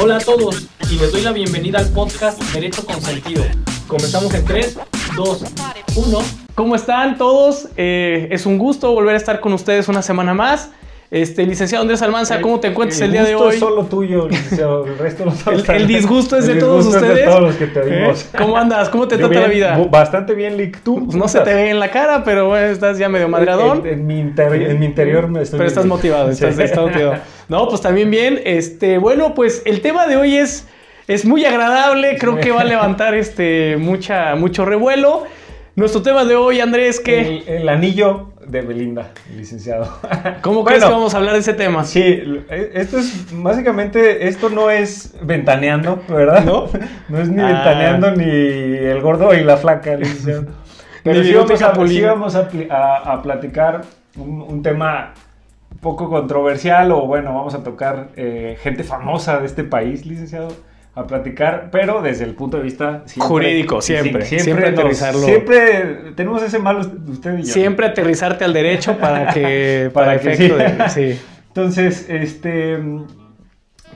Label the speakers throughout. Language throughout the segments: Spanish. Speaker 1: Hola a todos y les doy la bienvenida al podcast Derecho Consentido. Comenzamos en 3, 2, 1. ¿Cómo están todos? Eh, es un gusto volver a estar con ustedes una semana más. Este, licenciado Andrés Almanza, ¿cómo te encuentras el, día de
Speaker 2: gusto
Speaker 1: hoy?
Speaker 2: es solo tuyo, licenciado. El resto no
Speaker 1: El,
Speaker 2: sabe.
Speaker 1: el disgusto es de
Speaker 2: El
Speaker 1: todos
Speaker 2: disgusto es de
Speaker 1: ustedes.
Speaker 2: todos los que te dimos.
Speaker 1: ¿Eh? ¿Cómo andas? ¿Cómo te
Speaker 2: Yo
Speaker 1: trata la
Speaker 2: bien,
Speaker 1: vida?
Speaker 2: bu- Bastante bien, Lick. ¿Tú?
Speaker 1: Pues no se te ve en la cara, pero bueno, estás ya medio
Speaker 2: en,
Speaker 1: madreadón.
Speaker 2: en mi interi- en mi interior me estoy
Speaker 1: Pero estás motivado, estás,
Speaker 2: Sí.
Speaker 1: estás motivado. No, pues también bien. Este, bueno, pues el tema de hoy es, es muy agradable. Creo que va a levantar este mucha, mucho revuelo. Nuestro tema de hoy, Andrés, que
Speaker 2: El, el anillo de Belinda, licenciado.
Speaker 1: ¿cómo
Speaker 2: Bueno,
Speaker 1: crees que vamos a hablar de ese tema?
Speaker 2: Sí, l- eh, esto es básicamente, esto no es ventaneando, ¿verdad?
Speaker 1: ¿No?
Speaker 2: No es ni
Speaker 1: Ah.
Speaker 2: ventaneando ni el gordo y la flaca, licenciado. Pero
Speaker 1: Ni
Speaker 2: sí vamos,
Speaker 1: bigote
Speaker 2: a,
Speaker 1: capulín.
Speaker 2: sí vamos a, pli- a- a platicar un, un tema un poco controversial o bueno, vamos a tocar eh, gente famosa de este país, licenciado, a platicar, pero desde el punto de vista siempre-
Speaker 1: Jurídico,
Speaker 2: sí,
Speaker 1: siempre, siempre
Speaker 2: nos-
Speaker 1: aterrizarlo.
Speaker 2: Siempre tenemos ese mal usted y yo.
Speaker 1: Siempre aterrizarte al derecho para que para,
Speaker 2: Para que
Speaker 1: efecto
Speaker 2: sí.
Speaker 1: de- sí.
Speaker 2: Entonces, este, mm,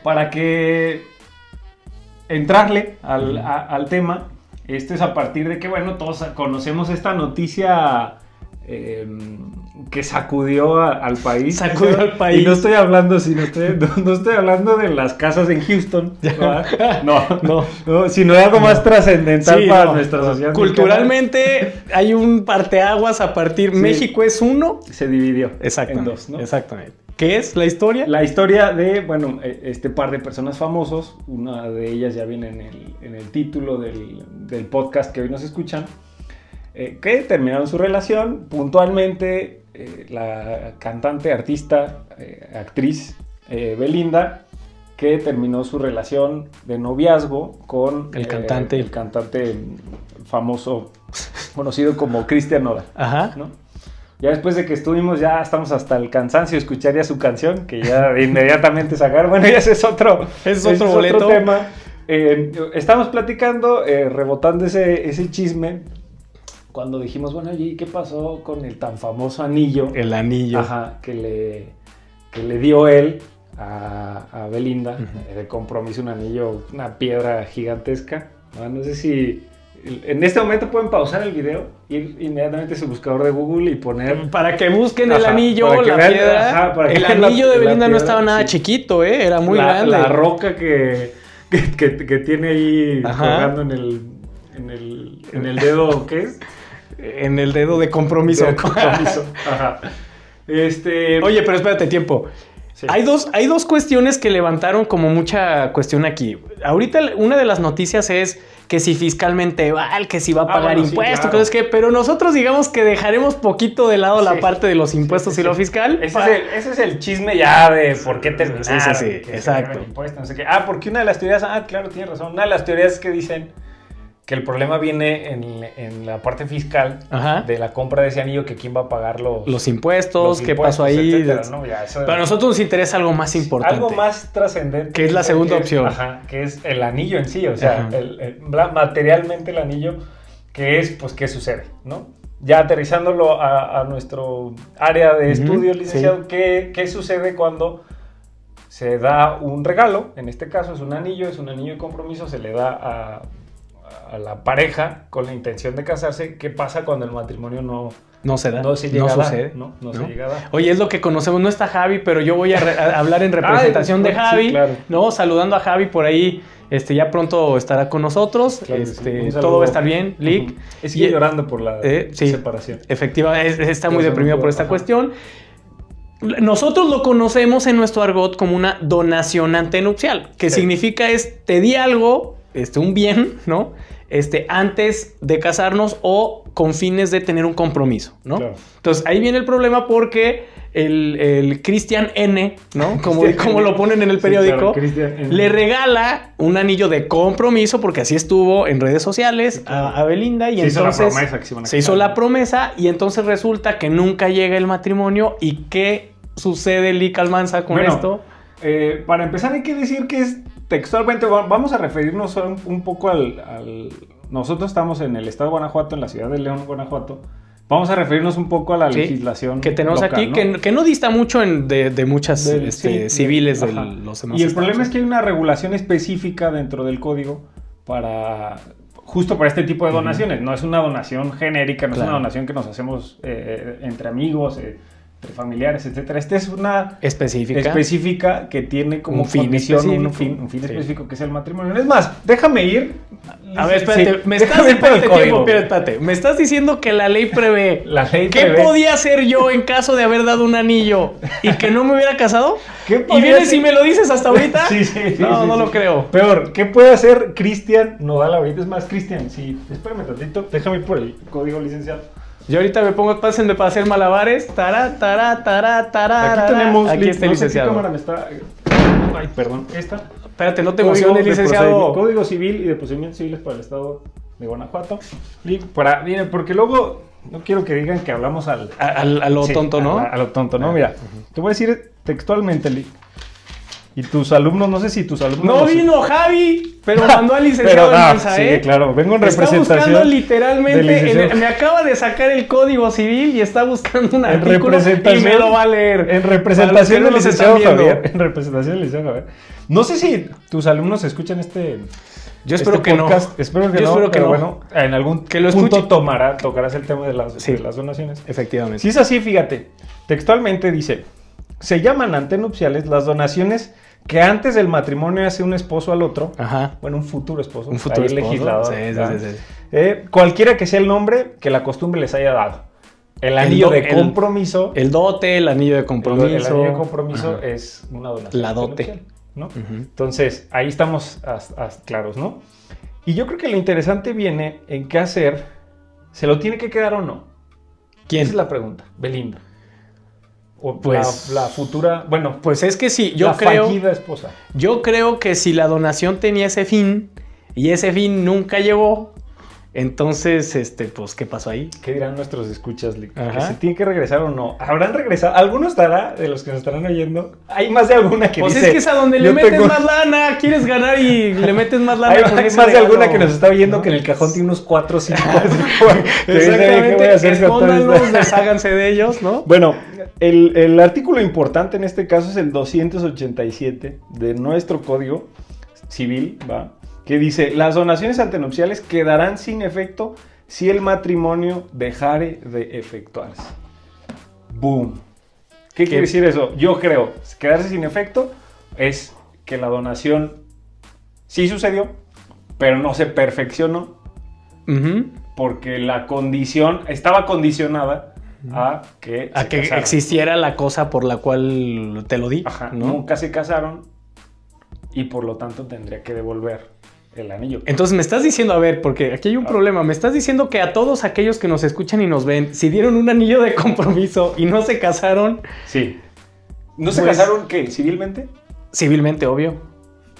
Speaker 2: para que entrarle al, a- al tema, esto es a partir de que, bueno, todos conocemos esta noticia eh, que sacudió a- al país.
Speaker 1: Sacudió al país.
Speaker 2: Y no estoy hablando, sino estoy- no, no estoy hablando de las casas en Houston, ¿verdad? no,
Speaker 1: No.
Speaker 2: no, no, sino de algo más trascendental
Speaker 1: Sí,
Speaker 2: para
Speaker 1: no.
Speaker 2: nuestra sociedad.
Speaker 1: Culturalmente hay un parteaguas a partir.
Speaker 2: Sí.
Speaker 1: México es uno.
Speaker 2: mexicana. Se dividió en
Speaker 1: Exactamente.
Speaker 2: dos, ¿no?
Speaker 1: Exactamente. ¿Qué es la historia?
Speaker 2: La historia de, bueno, eh, este par de personas famosos, una de ellas ya viene en el, en el título del, del podcast que hoy nos escuchan, eh, que terminaron su relación puntualmente, eh, la cantante, artista, eh, actriz eh, Belinda, que terminó su relación de noviazgo con
Speaker 1: El
Speaker 2: eh,
Speaker 1: cantante.
Speaker 2: el cantante mm, famoso, conocido como Cristian Nodal.
Speaker 1: Ajá.
Speaker 2: ¿no? Ya después de que estuvimos, ya estamos hasta el cansancio, escuchar ya su canción, que ya inmediatamente sacar. Bueno, ya ese es otro,
Speaker 1: Ese es
Speaker 2: ese
Speaker 1: otro boleto.
Speaker 2: tema. Eh, estamos platicando, eh, rebotando ese, ese chisme, cuando dijimos, bueno, oye, ¿y qué pasó con el tan famoso anillo
Speaker 1: El anillo.
Speaker 2: Ajá, que, le, que le dio él a, a Belinda
Speaker 1: Ujú.
Speaker 2: eh, de compromiso, un anillo, una piedra gigantesca? Ah, No sé si... En este momento pueden pausar el video, ir inmediatamente a su buscador de Google y poner...
Speaker 1: Mm, Para que busquen el
Speaker 2: Ajá,
Speaker 1: anillo,
Speaker 2: para que
Speaker 1: la
Speaker 2: vean,
Speaker 1: piedra.
Speaker 2: ajá, para que
Speaker 1: el
Speaker 2: vean la-
Speaker 1: anillo de
Speaker 2: la
Speaker 1: Belinda no
Speaker 2: piedra,
Speaker 1: estaba nada
Speaker 2: sí.
Speaker 1: chiquito, ¿eh? Era muy
Speaker 2: la,
Speaker 1: grande.
Speaker 2: la roca que, que, que- que tiene ahí
Speaker 1: Ajá.
Speaker 2: colgando en el, en el, en el dedo, ¿qué es?
Speaker 1: en el dedo de compromiso.
Speaker 2: De compromiso. Ajá. Este...
Speaker 1: Oye, pero espérate, tiempo.
Speaker 2: sí.
Speaker 1: Hay dos, hay dos cuestiones que levantaron como mucha cuestión aquí. Ahorita l- una de las noticias es que si fiscalmente va, que si va a
Speaker 2: Ah,
Speaker 1: pagar
Speaker 2: bueno, sí,
Speaker 1: impuestos,
Speaker 2: claro.
Speaker 1: que no sé qué, pero nosotros digamos que dejaremos poquito de lado la
Speaker 2: Sí.
Speaker 1: parte de los impuestos
Speaker 2: sí,
Speaker 1: y lo
Speaker 2: sí.
Speaker 1: fiscal.
Speaker 2: Ese,
Speaker 1: para-
Speaker 2: es el, ese es el chisme ya de por qué
Speaker 1: Sí,
Speaker 2: terminaron.
Speaker 1: sí, sí,
Speaker 2: que se
Speaker 1: exacto.
Speaker 2: debe el impuesto, no sé qué. Ah, porque una de las teorías, ah, claro, tienes razón. Una de las teorías es que dicen que el problema viene en, en la parte fiscal
Speaker 1: Ajá.
Speaker 2: de la compra de ese anillo, que quién va a pagar los,
Speaker 1: los impuestos,
Speaker 2: los
Speaker 1: qué pasó
Speaker 2: impuestos,
Speaker 1: ahí.
Speaker 2: etcétera, ¿no? Ya, eso-
Speaker 1: Pero a nosotros nos interesa algo más importante.
Speaker 2: Algo más trascendente.
Speaker 1: Que es la segunda
Speaker 2: que
Speaker 1: opción.
Speaker 2: Ajá, que es el anillo en sí, o sea,
Speaker 1: Ajá.
Speaker 2: el- el- la- materialmente el anillo, que es, pues, qué sucede, ¿no? Ya aterrizándolo a, a nuestro área de
Speaker 1: Ujú,
Speaker 2: estudio,
Speaker 1: sí.
Speaker 2: licenciado, ¿qué, ¿qué sucede cuando se da un regalo? En este caso es un anillo, es un anillo de compromiso, se le da a, a la pareja con la intención de casarse. ¿Qué pasa cuando el matrimonio no,
Speaker 1: Ah, No se da.
Speaker 2: no se llega a dar?
Speaker 1: sucede.
Speaker 2: No, no se llega a dar.
Speaker 1: Oye, es lo que conocemos. No está Javi, pero yo voy a, re- a hablar en representación de
Speaker 2: sí,
Speaker 1: Javi.
Speaker 2: claro.
Speaker 1: No, saludando a Javi por ahí. Este, ya pronto estará con nosotros.
Speaker 2: Claro que sí.
Speaker 1: este,
Speaker 2: Un
Speaker 1: todo
Speaker 2: saludo.
Speaker 1: va a estar bien, Lick.
Speaker 2: Ujú. Y sigue
Speaker 1: Y-
Speaker 2: llorando por la
Speaker 1: Eh, sí.
Speaker 2: separación.
Speaker 1: Efectivamente, es- está muy
Speaker 2: Eso no
Speaker 1: deprimido
Speaker 2: puedo,
Speaker 1: por esta
Speaker 2: ajá.
Speaker 1: cuestión. Nosotros lo conocemos en nuestro argot como una donación antenupcial, que
Speaker 2: Sí.
Speaker 1: significa es te di algo, este, un bien, ¿no? Este, antes de casarnos o con fines de tener un compromiso, ¿no?
Speaker 2: Claro.
Speaker 1: Entonces ahí viene el problema porque el, el Cristian N, ¿no? Como,
Speaker 2: Cristian
Speaker 1: como
Speaker 2: N.
Speaker 1: lo ponen en el
Speaker 2: Sí,
Speaker 1: periódico,
Speaker 2: claro, Cristian N.
Speaker 1: le regala un anillo de compromiso, porque así estuvo en redes sociales,
Speaker 2: claro.
Speaker 1: a, a Belinda y
Speaker 2: Se hizo la
Speaker 1: entonces
Speaker 2: promesa que se iban a
Speaker 1: se hizo
Speaker 2: casar,
Speaker 1: la
Speaker 2: ¿no?
Speaker 1: promesa y entonces resulta que nunca llega el matrimonio y qué sucede Lick Almanza con
Speaker 2: Bueno,
Speaker 1: esto.
Speaker 2: Eh, para empezar hay que decir que es textualmente, va- vamos a referirnos un, un poco al, al- Nosotros estamos en el estado de Guanajuato, en la ciudad de León, Guanajuato, Vamos a referirnos un poco a la
Speaker 1: Sí,
Speaker 2: legislación
Speaker 1: que tenemos
Speaker 2: local,
Speaker 1: aquí,
Speaker 2: ¿no?
Speaker 1: que, no- que no dista mucho en- de, de muchas
Speaker 2: Del-
Speaker 1: este,
Speaker 2: sí, del-
Speaker 1: civiles de
Speaker 2: ajá.
Speaker 1: los demás.
Speaker 2: Y el
Speaker 1: estados.
Speaker 2: problema es que hay una regulación específica dentro del código para justo para este tipo de donaciones. No es una donación genérica, no es
Speaker 1: Claro.
Speaker 2: una donación que nos hacemos eh, entre amigos, eh, entre familiares, etcétera. Esta es una
Speaker 1: específica.
Speaker 2: específica que tiene como
Speaker 1: Un fin
Speaker 2: condición un
Speaker 1: específico.
Speaker 2: fin, un fin
Speaker 1: Sí.
Speaker 2: específico que es el matrimonio. Es más, déjame ir.
Speaker 1: A ver, espérate,
Speaker 2: Sí,
Speaker 1: me estás
Speaker 2: déjame ir por el
Speaker 1: espérate, tiempo,
Speaker 2: código.
Speaker 1: pero espérate, me estás diciendo que la ley prevé
Speaker 2: La ley
Speaker 1: ¿Qué
Speaker 2: prevé-
Speaker 1: podía hacer yo en caso de haber dado un anillo y que no me hubiera casado?
Speaker 2: ¿Qué
Speaker 1: y
Speaker 2: podía
Speaker 1: vienes
Speaker 2: hacer?
Speaker 1: y me lo dices hasta ahorita.
Speaker 2: Sí, sí, sí,
Speaker 1: No,
Speaker 2: sí,
Speaker 1: no
Speaker 2: sí.
Speaker 1: lo creo.
Speaker 2: Peor, ¿qué puede hacer Cristian Nodal ahorita? Es más, Cristian, sí, espérame tantito, déjame ir por el código licenciado.
Speaker 1: Yo ahorita me pongo, pásenme para hacer malabares. Tará, tará, tará, tará.
Speaker 2: Aquí
Speaker 1: tará.
Speaker 2: tenemos.
Speaker 1: Aquí
Speaker 2: li-
Speaker 1: está
Speaker 2: no
Speaker 1: el
Speaker 2: sé qué cámara
Speaker 1: licenciado.
Speaker 2: me está. Ay, perdón. Esta.
Speaker 1: Espérate, no te
Speaker 2: Código
Speaker 1: emociones,
Speaker 2: de procedimiento-
Speaker 1: licenciado.
Speaker 2: Código Civil y de Procedimientos Civiles para el Estado de Guanajuato. Y para, miren, porque luego no quiero que digan que hablamos al.
Speaker 1: A, a- a lo
Speaker 2: Sí,
Speaker 1: tonto, ¿no? Ah.
Speaker 2: A, la- a lo tonto, ¿no? Mira, te voy a decir textualmente, Lick. Y tus alumnos, no sé si tus alumnos.
Speaker 1: No
Speaker 2: los-
Speaker 1: vino Javi, pero mandó al licenciado
Speaker 2: Pero, ah,
Speaker 1: Almanza,
Speaker 2: sí,
Speaker 1: ¿eh?
Speaker 2: claro, vengo en
Speaker 1: Está
Speaker 2: representación
Speaker 1: buscando
Speaker 2: del
Speaker 1: literalmente, en-
Speaker 2: licenciado.
Speaker 1: me acaba de sacar el código civil y está buscando un
Speaker 2: En
Speaker 1: artículo y me
Speaker 2: representación-
Speaker 1: lo va a leer.
Speaker 2: En
Speaker 1: Para los que
Speaker 2: representación
Speaker 1: no
Speaker 2: del
Speaker 1: nos
Speaker 2: licenciado
Speaker 1: están viendo.
Speaker 2: Javier. En representación del licenciado Javier. No sé si tus alumnos escuchan este.
Speaker 1: Yo espero
Speaker 2: este
Speaker 1: que
Speaker 2: podcast.
Speaker 1: no.
Speaker 2: Espero que
Speaker 1: Yo
Speaker 2: no.
Speaker 1: espero que
Speaker 2: pero
Speaker 1: no.
Speaker 2: bueno, en algún
Speaker 1: Que lo
Speaker 2: punto
Speaker 1: escuche.
Speaker 2: tomará, tocarás el tema de las,
Speaker 1: Sí.
Speaker 2: de las donaciones.
Speaker 1: Efectivamente.
Speaker 2: Si es así, fíjate. Textualmente dice: Se llaman antenupciales las donaciones que antes del matrimonio hace un esposo al otro.
Speaker 1: Ajá.
Speaker 2: Bueno, un futuro esposo.
Speaker 1: Un futuro
Speaker 2: ahí
Speaker 1: esposo.
Speaker 2: legislador.
Speaker 1: Sí, sí,
Speaker 2: ¿verdad?
Speaker 1: sí, sí.
Speaker 2: Eh, cualquiera que sea el nombre que la costumbre les haya dado. El anillo
Speaker 1: do-
Speaker 2: de
Speaker 1: el-
Speaker 2: compromiso.
Speaker 1: El dote, el anillo de eh, compromiso.
Speaker 2: El, el anillo de compromiso es una donación.
Speaker 1: La dote.
Speaker 2: nupcial, ¿no?
Speaker 1: Ujú.
Speaker 2: Entonces, ahí estamos as- as- claros, ¿no? Y yo creo que lo interesante viene en qué hacer. ¿Se lo tiene que quedar o no? Esa
Speaker 1: ¿Quién?
Speaker 2: es la pregunta. Belinda. O
Speaker 1: Pues-
Speaker 2: la, la futura, bueno,
Speaker 1: Pues es que sí, yo
Speaker 2: la
Speaker 1: creo,
Speaker 2: fallida esposa.
Speaker 1: yo creo que si la donación tenía ese fin y ese fin nunca llegó, entonces, este, pues, ¿qué pasó ahí?
Speaker 2: ¿Qué dirán nuestros escuchas, Lick? ¿Que
Speaker 1: Ajá.
Speaker 2: se tiene que regresar o no? ¿Habrán regresado? ¿Alguno estará de los que nos estarán oyendo? Hay más de alguna que
Speaker 1: Pues
Speaker 2: dice...
Speaker 1: es que es a donde le
Speaker 2: "Yo
Speaker 1: metes
Speaker 2: tengo-
Speaker 1: más lana, quieres ganar y le metes más lana.
Speaker 2: Hay,
Speaker 1: con
Speaker 2: hay
Speaker 1: ese
Speaker 2: más de
Speaker 1: regalo.
Speaker 2: alguna que nos está viendo que en el cajón tiene unos 4 o 5.
Speaker 1: Exactamente, escóndanlos, desháganse de ellos, ¿no?
Speaker 2: Bueno, el, el artículo importante en este caso es el 287 de nuestro código civil, ¿va? que dice, las donaciones antenupciales quedarán sin efecto si el matrimonio dejare de efectuarse. Boom. ¿Qué quiere decir eso? Yo creo, quedarse sin efecto es que la donación sí sucedió, pero no se perfeccionó
Speaker 1: Ujú.
Speaker 2: porque la condición estaba condicionada a que,
Speaker 1: A
Speaker 2: se
Speaker 1: que
Speaker 2: casaran.
Speaker 1: existiera la cosa por la cual te lo di,
Speaker 2: Ajá,
Speaker 1: ¿no?
Speaker 2: Nunca se casaron y por lo tanto tendría que devolver el anillo.
Speaker 1: Entonces me estás diciendo, a ver, porque aquí hay un problema, me estás diciendo que a todos aquellos que nos escuchan y nos ven, si dieron un anillo de compromiso y no se casaron,
Speaker 2: Sí. ¿No se
Speaker 1: Pues-
Speaker 2: casaron qué? ¿Civilmente?
Speaker 1: civilmente, obvio.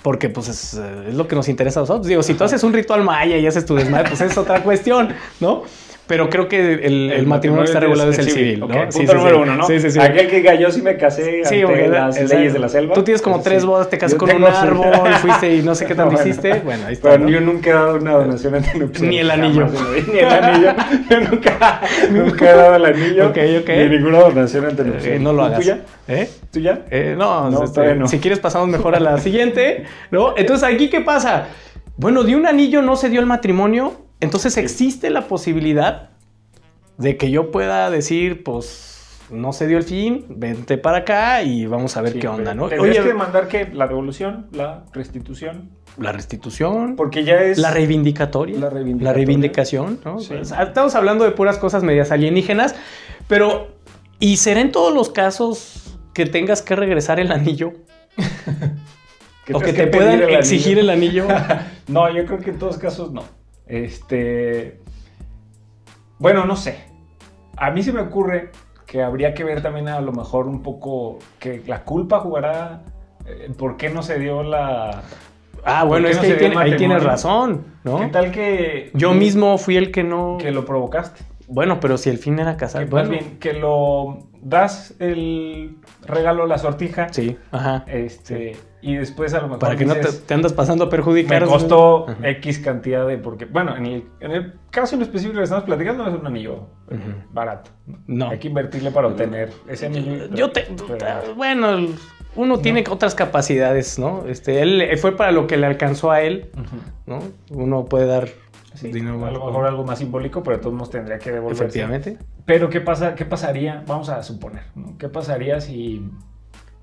Speaker 1: Porque pues es, eh, es lo que nos interesa a nosotros. Digo, si tú haces un ritual maya y haces tu desmadre, pues es otra cuestión, ¿no? Pero creo que el, el matrimonio que está regulado es el civil,
Speaker 2: Ok,
Speaker 1: ¿no?
Speaker 2: punto
Speaker 1: Sí, sí,
Speaker 2: número
Speaker 1: sí.
Speaker 2: uno, ¿no?
Speaker 1: Sí, sí, sí.
Speaker 2: Aquel que diga yo sí me casé
Speaker 1: Sí,
Speaker 2: ante
Speaker 1: porque-
Speaker 2: las
Speaker 1: exacto.
Speaker 2: leyes de la selva.
Speaker 1: Tú tienes como
Speaker 2: Eso
Speaker 1: tres
Speaker 2: sí.
Speaker 1: bodas, te casas
Speaker 2: Yo
Speaker 1: con un
Speaker 2: tengo su-
Speaker 1: árbol, fuiste y no sé qué tanto
Speaker 2: Bueno,
Speaker 1: hiciste. Bueno, ahí está,
Speaker 2: Pero
Speaker 1: ¿no?
Speaker 2: yo nunca he dado una donación antinupcial.
Speaker 1: Ni el anillo.
Speaker 2: Jamás, güey, ni el anillo. Yo nunca, nunca he dado el anillo.
Speaker 1: Ok, ok.
Speaker 2: Ni ninguna donación antinupcial.
Speaker 1: Eh, no lo
Speaker 2: ¿Tú
Speaker 1: hagas.
Speaker 2: ya?
Speaker 1: ¿Eh?
Speaker 2: ¿Tú ya?
Speaker 1: Eh, no,
Speaker 2: No,
Speaker 1: este,
Speaker 2: todavía no.
Speaker 1: si quieres pasamos mejor a la siguiente, ¿no? Entonces, ¿aquí qué pasa? Bueno, de un anillo no se dio el matrimonio, entonces existe la posibilidad de que yo pueda decir, pues, no se dio el fin, vente para acá y vamos a ver
Speaker 2: Sí,
Speaker 1: qué onda,
Speaker 2: pero
Speaker 1: ¿no?
Speaker 2: Tendrías
Speaker 1: Oye,
Speaker 2: que demandar que la devolución, la restitución,
Speaker 1: la restitución,
Speaker 2: porque ya es
Speaker 1: la reivindicatoria,
Speaker 2: La
Speaker 1: la,
Speaker 2: reivindicatoria.
Speaker 1: reivindicación, ¿no?
Speaker 2: Sí.
Speaker 1: O sea, Estamos hablando de puras cosas medias alienígenas, pero ¿y será en todos los casos que tengas que regresar el anillo? o que
Speaker 2: tienes
Speaker 1: te
Speaker 2: pedir
Speaker 1: puedan
Speaker 2: el
Speaker 1: exigir el
Speaker 2: anillo.
Speaker 1: anillo.
Speaker 2: No, yo creo que en todos casos no. Este, bueno, no sé. A mí se me ocurre que habría que ver también a lo mejor un poco que la culpa jugará. eh, ¿Por qué no se dio la?
Speaker 1: Ah, bueno,
Speaker 2: qué
Speaker 1: es
Speaker 2: no
Speaker 1: que
Speaker 2: se
Speaker 1: ahí,
Speaker 2: dio
Speaker 1: tiene- ahí
Speaker 2: matrimonio?
Speaker 1: tienes razón, ¿no?
Speaker 2: ¿Qué tal que
Speaker 1: Yo mismo fui el que no.
Speaker 2: que lo provocaste?
Speaker 1: Bueno, pero si el fin era casar.
Speaker 2: Que más
Speaker 1: bueno,
Speaker 2: bien, que lo das el regalo, la sortija.
Speaker 1: Sí, ajá.
Speaker 2: Este, Y después a lo mejor.
Speaker 1: Para que no te,
Speaker 2: dices,
Speaker 1: te andas pasando a perjudicar.
Speaker 2: Me costó
Speaker 1: Ajá.
Speaker 2: X cantidad de. Porque, bueno, en el, en el caso en específico que estamos platicando, no es un anillo eh,
Speaker 1: Ujú.
Speaker 2: barato.
Speaker 1: No.
Speaker 2: Hay que invertirle para obtener ese anillo.
Speaker 1: Yo te.
Speaker 2: Pero-
Speaker 1: Bueno, uno tiene otras capacidades, ¿no? Este, él eh, fue para lo que le alcanzó a él,
Speaker 2: Ujú.
Speaker 1: ¿no? Uno puede dar
Speaker 2: Sí,
Speaker 1: dinero.
Speaker 2: a lo mejor algo más simbólico, pero de todos modos tendría que devolverse.
Speaker 1: Efectivamente.
Speaker 2: Pero ¿qué, pasa, ¿qué pasaría? Vamos a suponer, ¿no? ¿Qué pasaría si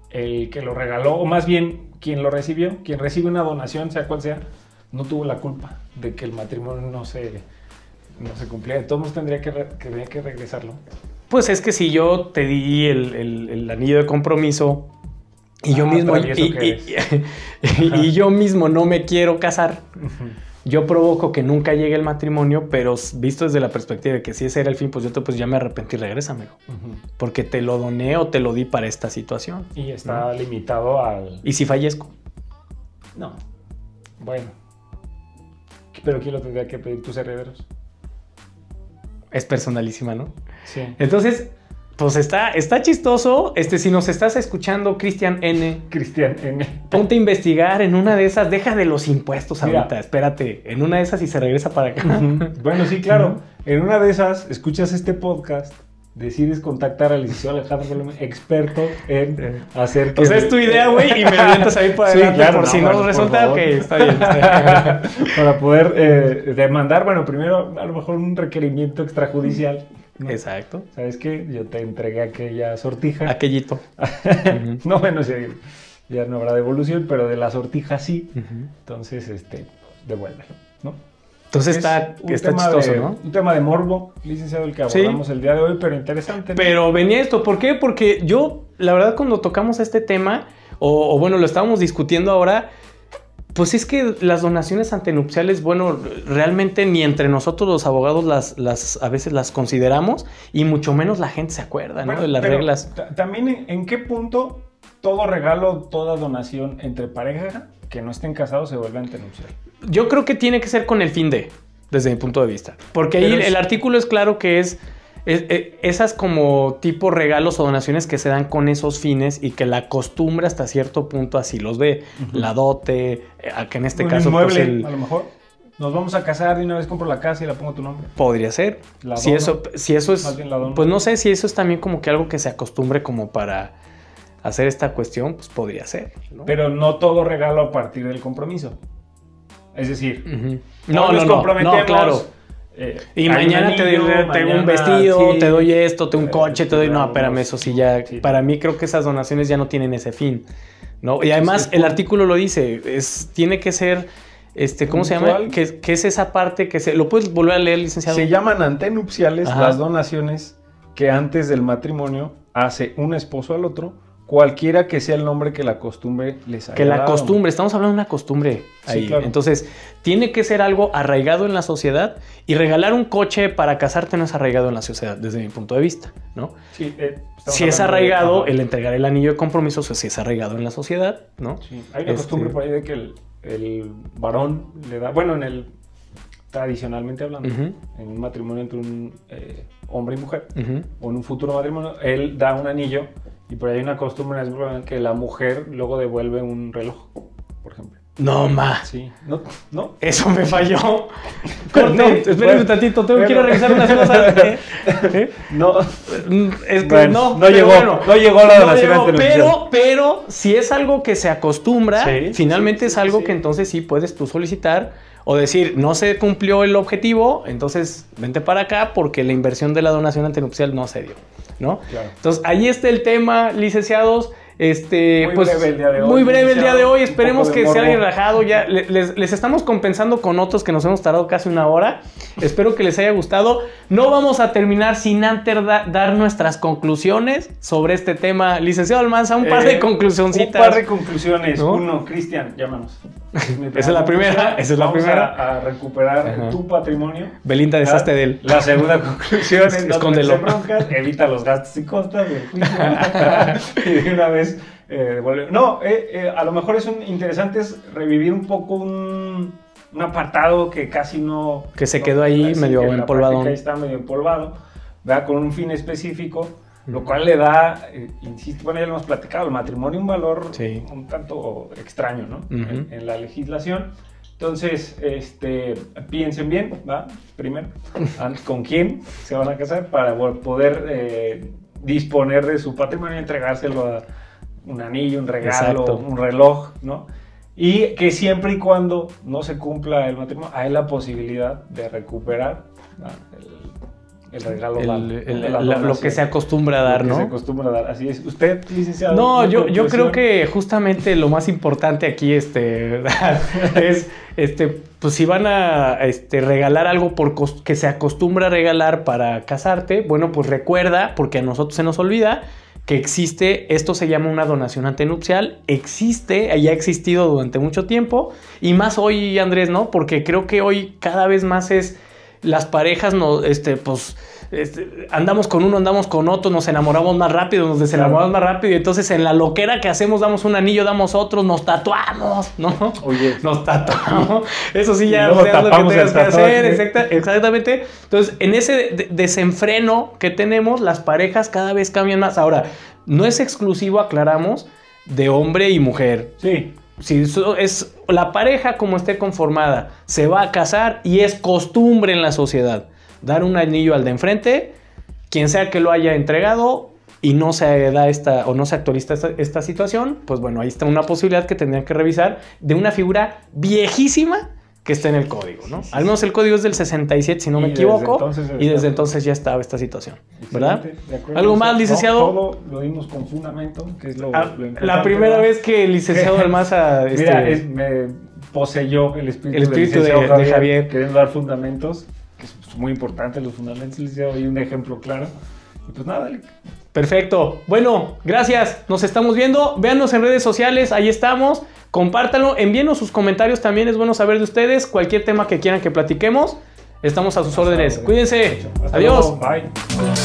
Speaker 2: el que lo regaló, o más bien quien lo recibió, quien recibe una donación, sea cual sea, no tuvo la culpa de que el matrimonio no se, no se cumpliera? De todos modos tendría que, re- que, tendría que regresarlo.
Speaker 1: Pues es que si yo te di el, el- el anillo de compromiso y yo
Speaker 2: Ah,
Speaker 1: mismo y,
Speaker 2: travieso que
Speaker 1: y- y- y yo mismo no me quiero casar, yo provoco que nunca llegue el matrimonio, pero s- visto desde la perspectiva de que si ese era el fin, pues yo te pues ya me arrepentí, regrésame, porque te lo doné o te lo di para esta situación.
Speaker 2: Y está limitado al...
Speaker 1: ¿Y si fallezco?
Speaker 2: No. Bueno. Pero ¿quién lo tendría que pedir? ¿Tus herederos?
Speaker 1: Es personalísima, ¿no?
Speaker 2: Sí.
Speaker 1: Entonces, pues está, está chistoso. Este, si nos estás escuchando, Cristian N.,
Speaker 2: Cristian N.
Speaker 1: Ponte a investigar en una de esas, deja de los impuestos
Speaker 2: Mira.
Speaker 1: ahorita, espérate, en una de esas y se regresa para acá.
Speaker 2: Bueno, sí, claro. En una de esas, escuchas este podcast, decides contactar al licenciado Alejandro Colomé, experto en hacer que...
Speaker 1: O sea, es tu idea, güey, y me avientas ahí para
Speaker 2: Sí,
Speaker 1: adelante
Speaker 2: claro,
Speaker 1: por
Speaker 2: no,
Speaker 1: si no,
Speaker 2: bueno, por
Speaker 1: resulta.
Speaker 2: favor.
Speaker 1: Ok, está bien. está bien.
Speaker 2: Para poder eh, demandar, bueno, primero, a lo mejor un requerimiento extrajudicial.
Speaker 1: Mm.
Speaker 2: ¿no?
Speaker 1: Exacto.
Speaker 2: ¿Sabes qué? Yo te entregué aquella sortija.
Speaker 1: Aquellito. Ujú.
Speaker 2: no, bueno, sí, ya no habrá devolución, pero de la sortija sí.
Speaker 1: Ujú.
Speaker 2: Entonces, este, devuélvelo, ¿no?
Speaker 1: Entonces Pues está,
Speaker 2: Es un
Speaker 1: está
Speaker 2: tema
Speaker 1: chistoso,
Speaker 2: de-
Speaker 1: ¿no?
Speaker 2: Un tema de morbo, licenciado, el que
Speaker 1: Sí.
Speaker 2: abordamos el día de hoy, pero interesante. ¿no?
Speaker 1: Pero venía esto, ¿por qué? Porque yo, la verdad, cuando tocamos este tema, o, o bueno, lo estábamos discutiendo ahora, pues es que las donaciones antenupciales, bueno, realmente ni entre nosotros los abogados las, las a veces las consideramos y mucho menos la gente se acuerda, ¿no?
Speaker 2: Bueno,
Speaker 1: de las
Speaker 2: pero
Speaker 1: reglas.
Speaker 2: ta- También en, en qué punto todo regalo, toda donación entre pareja que no estén casados se vuelve antenupcial.
Speaker 1: Yo creo que tiene que ser con el fin de, desde mi punto de vista. Porque ahí
Speaker 2: Pero es-
Speaker 1: el artículo es claro que es, es- e- esas como tipo regalos o donaciones que se dan con esos fines y que la costumbre hasta cierto punto así los ve. La dote, eh, a que en este
Speaker 2: Un
Speaker 1: caso pues,
Speaker 2: inmueble,
Speaker 1: el-
Speaker 2: a lo mejor. Nos vamos a casar y una vez compro la casa y la pongo tu nombre.
Speaker 1: podría ser.
Speaker 2: La
Speaker 1: si
Speaker 2: dona.
Speaker 1: eso, si eso
Speaker 2: Más
Speaker 1: es,
Speaker 2: bien la dona.
Speaker 1: pues no sé si eso es también como que algo que se acostumbre como para hacer esta cuestión, pues podría ser. ¿no?
Speaker 2: Pero no todo regalo a partir del compromiso. Es decir,
Speaker 1: Ujú.
Speaker 2: hoy
Speaker 1: no,
Speaker 2: nos
Speaker 1: no, no,
Speaker 2: comprometemos,
Speaker 1: no, claro.
Speaker 2: eh,
Speaker 1: Y
Speaker 2: hay un
Speaker 1: mañana te,
Speaker 2: anillo,
Speaker 1: te doy un
Speaker 2: mañana,
Speaker 1: vestido,
Speaker 2: sí.
Speaker 1: te doy esto, te doy un
Speaker 2: Eh,
Speaker 1: coche, te doy. No,
Speaker 2: claro,
Speaker 1: espérame,
Speaker 2: unos-
Speaker 1: eso sí ya.
Speaker 2: sí.
Speaker 1: Para mí creo que esas donaciones ya no tienen ese fin. ¿no? Y además,
Speaker 2: es
Speaker 1: el
Speaker 2: por-
Speaker 1: artículo lo dice, es, tiene que ser. Este, ¿Cómo se llama?
Speaker 2: Puntual.
Speaker 1: Que, que es esa parte que se. ¿Lo puedes volver a leer, licenciado?
Speaker 2: Se llaman antenupciales
Speaker 1: Ajá.
Speaker 2: las donaciones que antes del matrimonio hace un esposo al otro, cualquiera que sea el nombre que la costumbre les haya
Speaker 1: Que la
Speaker 2: dado.
Speaker 1: costumbre, estamos hablando de una costumbre
Speaker 2: Sí,
Speaker 1: ahí.
Speaker 2: claro.
Speaker 1: Entonces, tiene que ser algo arraigado en la sociedad y regalar un coche para casarte no es arraigado en la sociedad, desde mi punto de vista, ¿no?
Speaker 2: Sí, eh, estamos
Speaker 1: Si es
Speaker 2: hablando de-
Speaker 1: arraigado,
Speaker 2: ajá.
Speaker 1: el entregar el anillo de compromiso, o sea, si es arraigado en la sociedad, ¿no?
Speaker 2: Sí, Hay una
Speaker 1: este-
Speaker 2: costumbre por ahí de que el, el varón le da... Bueno, en el... Tradicionalmente hablando,
Speaker 1: Ujú.
Speaker 2: en un matrimonio entre un eh, hombre y mujer,
Speaker 1: Ujú.
Speaker 2: o en un futuro matrimonio, él da un anillo y por ahí hay una costumbre en Eslovaquia que la mujer luego devuelve un reloj, por ejemplo.
Speaker 1: No más.
Speaker 2: Sí. ¿No? ¿No?
Speaker 1: Eso me falló.
Speaker 2: Corte,
Speaker 1: Corte, espérenme
Speaker 2: bueno,
Speaker 1: un tantito, tengo que ir a
Speaker 2: bueno.
Speaker 1: revisar unas cosas. ¿eh? ¿Eh?
Speaker 2: No.
Speaker 1: Es que
Speaker 2: Bueno,
Speaker 1: no,
Speaker 2: no
Speaker 1: pero
Speaker 2: llegó,
Speaker 1: bueno,
Speaker 2: no llegó la donación
Speaker 1: llegó,
Speaker 2: ante la
Speaker 1: pero, pero si es algo que se acostumbra,
Speaker 2: Sí,
Speaker 1: finalmente
Speaker 2: sí,
Speaker 1: es
Speaker 2: sí,
Speaker 1: algo
Speaker 2: sí.
Speaker 1: que entonces sí puedes tú solicitar o decir, no se cumplió el objetivo, entonces vente para acá porque la inversión de la donación antenupcial no se dio, ¿no?
Speaker 2: Claro.
Speaker 1: Entonces ahí está el tema, licenciados. Este,
Speaker 2: Muy
Speaker 1: pues,
Speaker 2: breve el día de hoy,
Speaker 1: Muy breve el día de hoy.
Speaker 2: licenciado.
Speaker 1: Esperemos
Speaker 2: Un poco de
Speaker 1: que se
Speaker 2: morbo.
Speaker 1: hayan relajado. Ya le- les, les estamos compensando con otros que nos hemos tardado casi una hora. Espero que les haya gustado. No vamos a terminar sin antes da- dar nuestas conclusiones sobre este tema. Licenciado Almanza, un par
Speaker 2: Eh,
Speaker 1: de conclusioncitas.
Speaker 2: Un par de conclusiones.
Speaker 1: ¿No?
Speaker 2: Uno, Cristian, llámanos.
Speaker 1: Esa es la primera, esa es la
Speaker 2: Vamos
Speaker 1: primera.
Speaker 2: A, a recuperar
Speaker 1: Ajá.
Speaker 2: tu patrimonio.
Speaker 1: Belinda, deshazte
Speaker 2: Ah,
Speaker 1: de él.
Speaker 2: La segunda conclusión es no
Speaker 1: Escóndelo.
Speaker 2: tenerse broncas, evita los gastos y costas del juicio. y de una vez eh, devuelve. No, eh, eh, a lo mejor es un interesante es revivir un poco un un apartado que casi no...
Speaker 1: Que se
Speaker 2: no-
Speaker 1: quedó ahí
Speaker 2: sí,
Speaker 1: medio
Speaker 2: que en la
Speaker 1: empolvadón.
Speaker 2: práctica Ahí está medio empolvado, ¿verdad? Con un fin específico, lo cual le da, eh, insisto, bueno, ya lo hemos platicado, el matrimonio un valor
Speaker 1: Sí.
Speaker 2: un tanto extraño, ¿no?
Speaker 1: Ujú.
Speaker 2: en, en la legislación. Entonces, este, piensen bien, ¿va? Primero, an- con quién se van a casar para vol- poder eh, disponer de su patrimonio y entregárselo a un anillo, un regalo,
Speaker 1: Exacto.
Speaker 2: un reloj, ¿no? Y que siempre y cuando no se cumpla el matrimonio, hay la posibilidad de recuperar ¿va? el, el regalo,
Speaker 1: El-
Speaker 2: dado,
Speaker 1: el-
Speaker 2: la
Speaker 1: la- lo
Speaker 2: donación,
Speaker 1: que se acostumbra a dar,
Speaker 2: lo que se
Speaker 1: ¿no?
Speaker 2: acostumbra a dar. Así es. ¿Usted, licenciado?
Speaker 1: No,
Speaker 2: una
Speaker 1: yo, yo creo
Speaker 2: conclusión?
Speaker 1: que justamente lo más importante aquí este, es, este, pues si van a este, regalar algo por cos- que se acostumbra a regalar para casarte, bueno, pues recuerda, porque a nosotros se nos olvida, que existe, esto se llama una donación antenupcial, existe, y ha existido durante mucho tiempo, y más hoy, Andrés, ¿no? Porque creo que hoy cada vez más es las parejas no, este, pues, este, andamos con uno, andamos con otro, nos enamoramos más rápido, nos desenamoramos más rápido, y entonces en la loquera que hacemos damos un anillo, damos otro, nos tatuamos, ¿no?
Speaker 2: Oye,
Speaker 1: Nos tatuamos. Eso sí,
Speaker 2: Y
Speaker 1: ya
Speaker 2: luego
Speaker 1: o sea, haz lo que
Speaker 2: tapamos
Speaker 1: tengas
Speaker 2: el
Speaker 1: que
Speaker 2: tatuaje.
Speaker 1: hacer. exacta- exactamente. Entonces, en ese de- desenfreno que tenemos, las parejas cada vez cambian más. Ahora, no es exclusivo, aclaramos, de hombre y mujer
Speaker 2: sí.
Speaker 1: si so- es la pareja como esté conformada, se va a casar y es costumbre en la sociedad dar un anillo al de enfrente, quien sea que lo haya entregado y no se da esta o no se actualiza esta, esta situación, pues bueno, ahí está una posibilidad que tendrían que revisar de una figura viejísima que está en el código, ¿no?
Speaker 2: Sí, sí,
Speaker 1: Al menos el código es del 67 si no
Speaker 2: Y
Speaker 1: me
Speaker 2: desde
Speaker 1: equivoco
Speaker 2: entonces
Speaker 1: y desde
Speaker 2: está-
Speaker 1: entonces ya estaba esta situación, ¿verdad?
Speaker 2: Excelente, de acuerdo.
Speaker 1: ¿Algo
Speaker 2: O sea,
Speaker 1: más,
Speaker 2: no,
Speaker 1: licenciado?
Speaker 2: todo lo dimos con fundamento, que es lo,
Speaker 1: Ah,
Speaker 2: lo importante,
Speaker 1: la primera
Speaker 2: ¿verdad?
Speaker 1: vez que el licenciado Almaza este,
Speaker 2: Mira, es- me poseyó el espíritu,
Speaker 1: El
Speaker 2: del
Speaker 1: espíritu de-
Speaker 2: licenciado
Speaker 1: de
Speaker 2: Javier,
Speaker 1: Javier.
Speaker 2: Queriendo dar fundamentos, que es muy importante los fundamentos, licenciado, y un ejemplo claro. Y pues nada, le-
Speaker 1: Perfecto. Bueno, gracias. Nos estamos viendo. Véanos en redes sociales. Ahí estamos. Compártanlo. Envíenos sus comentarios. También es bueno saber de ustedes. Cualquier tema que quieran que platiquemos. Estamos a sus órdenes. Cuídense.
Speaker 2: hasta
Speaker 1: Adiós.
Speaker 2: luego, Bye.